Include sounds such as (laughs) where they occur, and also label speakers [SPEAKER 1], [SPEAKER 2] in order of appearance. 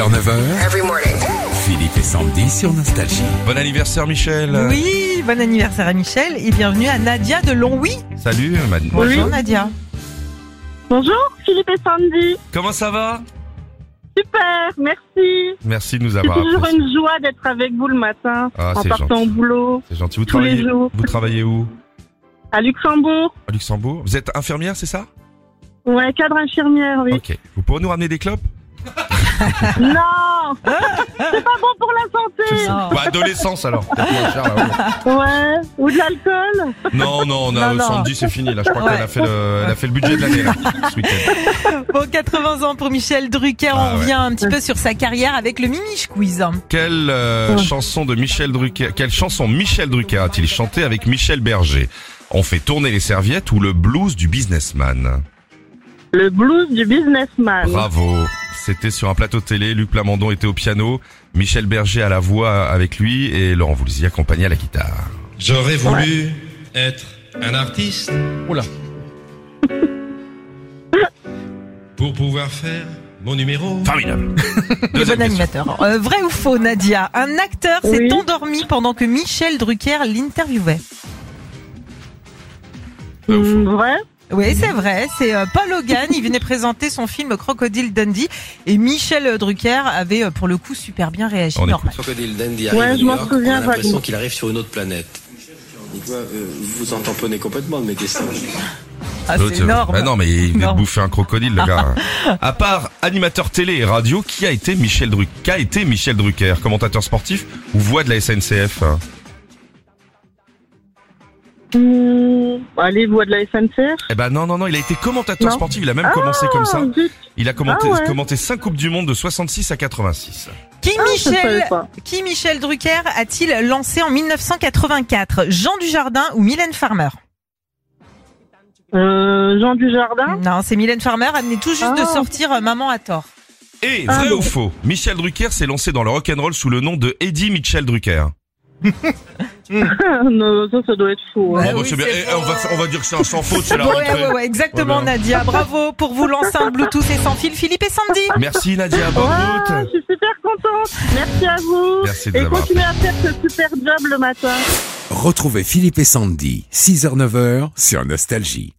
[SPEAKER 1] 6h-9h,
[SPEAKER 2] every morning.
[SPEAKER 1] Philippe et Sandy sur Nostalgie.
[SPEAKER 3] Bon anniversaire Michel.
[SPEAKER 4] Oui, bon anniversaire à Michel et bienvenue à Nadia de Longwy.
[SPEAKER 3] Salut Mad-
[SPEAKER 4] Bonjour Nadia.
[SPEAKER 5] Bonjour Philippe et Sandy.
[SPEAKER 3] Comment ça va
[SPEAKER 5] Super, merci.
[SPEAKER 3] Merci de nous
[SPEAKER 5] C'est
[SPEAKER 3] avoir
[SPEAKER 5] toujours
[SPEAKER 3] appelés.
[SPEAKER 5] une joie d'être avec vous le matin
[SPEAKER 3] Ah,
[SPEAKER 5] en
[SPEAKER 3] c'est
[SPEAKER 5] partant
[SPEAKER 3] gentil.
[SPEAKER 5] au boulot
[SPEAKER 3] C'est gentil. Vous
[SPEAKER 5] tous les
[SPEAKER 3] travaillez
[SPEAKER 5] jours
[SPEAKER 3] Vous travaillez où
[SPEAKER 5] à Luxembourg.
[SPEAKER 3] À Luxembourg. Vous êtes infirmière, c'est ça
[SPEAKER 5] Ouais, cadre infirmière,
[SPEAKER 3] (laughs)
[SPEAKER 5] oui.
[SPEAKER 3] OK. Vous pourrez nous ramener des clopes
[SPEAKER 5] Non, c'est pas bon pour la santé.
[SPEAKER 4] Non.
[SPEAKER 3] Bah adolescence
[SPEAKER 5] (laughs)
[SPEAKER 3] alors. Peut-être moins cher, là,
[SPEAKER 5] Ouais, ou de l'alcool.
[SPEAKER 3] ouais. Non non, on a
[SPEAKER 4] Non, non.
[SPEAKER 3] 110, c'est fini là. Je crois
[SPEAKER 4] Ouais.
[SPEAKER 3] qu'on a fait le elle a fait le budget de l'année là. ce week-end.
[SPEAKER 4] Bon, 80 ans pour Michel Drucker,
[SPEAKER 3] Ah ouais.
[SPEAKER 4] on revient un petit peu sur sa carrière avec le Mimiche Quiz.
[SPEAKER 3] Quelle euh, chanson de Michel Drucker Quelle chanson Michel Drucker a-t-il chanté avec Michel Berger On fait tourner les serviettes ou le blues du businessman
[SPEAKER 5] Le blues du
[SPEAKER 4] Ah
[SPEAKER 5] businessman.
[SPEAKER 3] Bravo. C'était sur un plateau télé. Luc Plamondon était au piano, Michel Berger à la voix avec lui et Laurent Voulzy accompagnait à la guitare.
[SPEAKER 6] J'aurais voulu être un artiste. (laughs) Pour pouvoir faire mon numéro.
[SPEAKER 4] (laughs)
[SPEAKER 3] Formidable.
[SPEAKER 4] Le
[SPEAKER 3] Deuxième
[SPEAKER 4] bon
[SPEAKER 3] question.
[SPEAKER 4] animateur. Euh, vrai ou faux Nadia Un acteur s'est
[SPEAKER 5] Oui.
[SPEAKER 4] endormi pendant que Michel Drucker l'interviewait.
[SPEAKER 3] Vrai ou faux
[SPEAKER 5] Hmm, vrai
[SPEAKER 4] Oui, c'est vrai, c'est euh, Paul Hogan, il venait présenter son film Crocodile Dundee et Michel Drucker avait euh, pour le coup super bien réagi.
[SPEAKER 3] On
[SPEAKER 4] normal.
[SPEAKER 7] Crocodile Dundee arrive
[SPEAKER 5] Ouais,
[SPEAKER 7] à
[SPEAKER 5] je
[SPEAKER 7] New
[SPEAKER 5] m'en
[SPEAKER 7] York,
[SPEAKER 5] souviens,
[SPEAKER 7] on a l'impression
[SPEAKER 5] Vadim.
[SPEAKER 7] qu'il arrive sur une autre planète. Nicolas, euh, vous en tamponnez complètement de mes questions.
[SPEAKER 4] Ah,
[SPEAKER 3] L'autre,
[SPEAKER 4] c'est énorme.
[SPEAKER 3] Ah non, mais il venait de
[SPEAKER 4] Énorme.
[SPEAKER 3] bouffer un crocodile, le
[SPEAKER 4] (laughs)
[SPEAKER 3] gars. à part animateur télé et radio, qui a été Michel Drucker Qu'a été Michel Drucker Commentateur sportif ou voix de la SNCF
[SPEAKER 5] Hmm, Allez, voix de la SNCF.
[SPEAKER 3] Eh ben non, non, non, il a été commentateur
[SPEAKER 5] Non.
[SPEAKER 3] sportif. Il a même commencé comme ça.
[SPEAKER 5] Ah, zut.
[SPEAKER 3] Il a commenté,
[SPEAKER 5] Ah ouais.
[SPEAKER 3] commenté cinq coupes du monde de 66 à 86.
[SPEAKER 4] Qui
[SPEAKER 5] Je savais
[SPEAKER 4] Michel
[SPEAKER 5] Ah, pas.
[SPEAKER 4] Qui Michel Drucker a-t-il lancé en 1984 Jean Dujardin ou Mylène Farmer
[SPEAKER 5] Euh, Jean Dujardin.
[SPEAKER 4] Non, c'est Mylène Farmer, elle venait tout juste de
[SPEAKER 5] Ah.
[SPEAKER 4] sortir euh, Maman à tort.
[SPEAKER 3] Et
[SPEAKER 5] Ah
[SPEAKER 3] vrai
[SPEAKER 5] bon.
[SPEAKER 3] ou faux Michel Drucker s'est lancé dans le rock'n'roll sous le nom de Eddie Michel Drucker.
[SPEAKER 4] Ah
[SPEAKER 3] Mm.
[SPEAKER 5] (laughs) non, ça, ça doit être faux. hein.
[SPEAKER 4] Ouais. Ah
[SPEAKER 3] bah,
[SPEAKER 4] oui,
[SPEAKER 3] c'est bien.
[SPEAKER 4] c'est
[SPEAKER 3] Eh,
[SPEAKER 4] vrai.
[SPEAKER 3] on, va, on va dire que c'est un sans faute, c'est la
[SPEAKER 4] Ouais,
[SPEAKER 3] rentrée.
[SPEAKER 4] ouais, ouais, exactement
[SPEAKER 3] Voilà.
[SPEAKER 4] Nadia, bravo pour vous l'enceinte Bluetooth et sans fil Philippe et Sandy.
[SPEAKER 3] Merci Nadia, bonne
[SPEAKER 5] Ah,
[SPEAKER 3] route.
[SPEAKER 5] je suis super contente. Merci à vous.
[SPEAKER 3] Merci de nous
[SPEAKER 5] Et
[SPEAKER 3] avoir
[SPEAKER 5] continuez à faire ce super job le matin.
[SPEAKER 1] Retrouvez Philippe et Sandy, 6h-9h sur Nostalgie.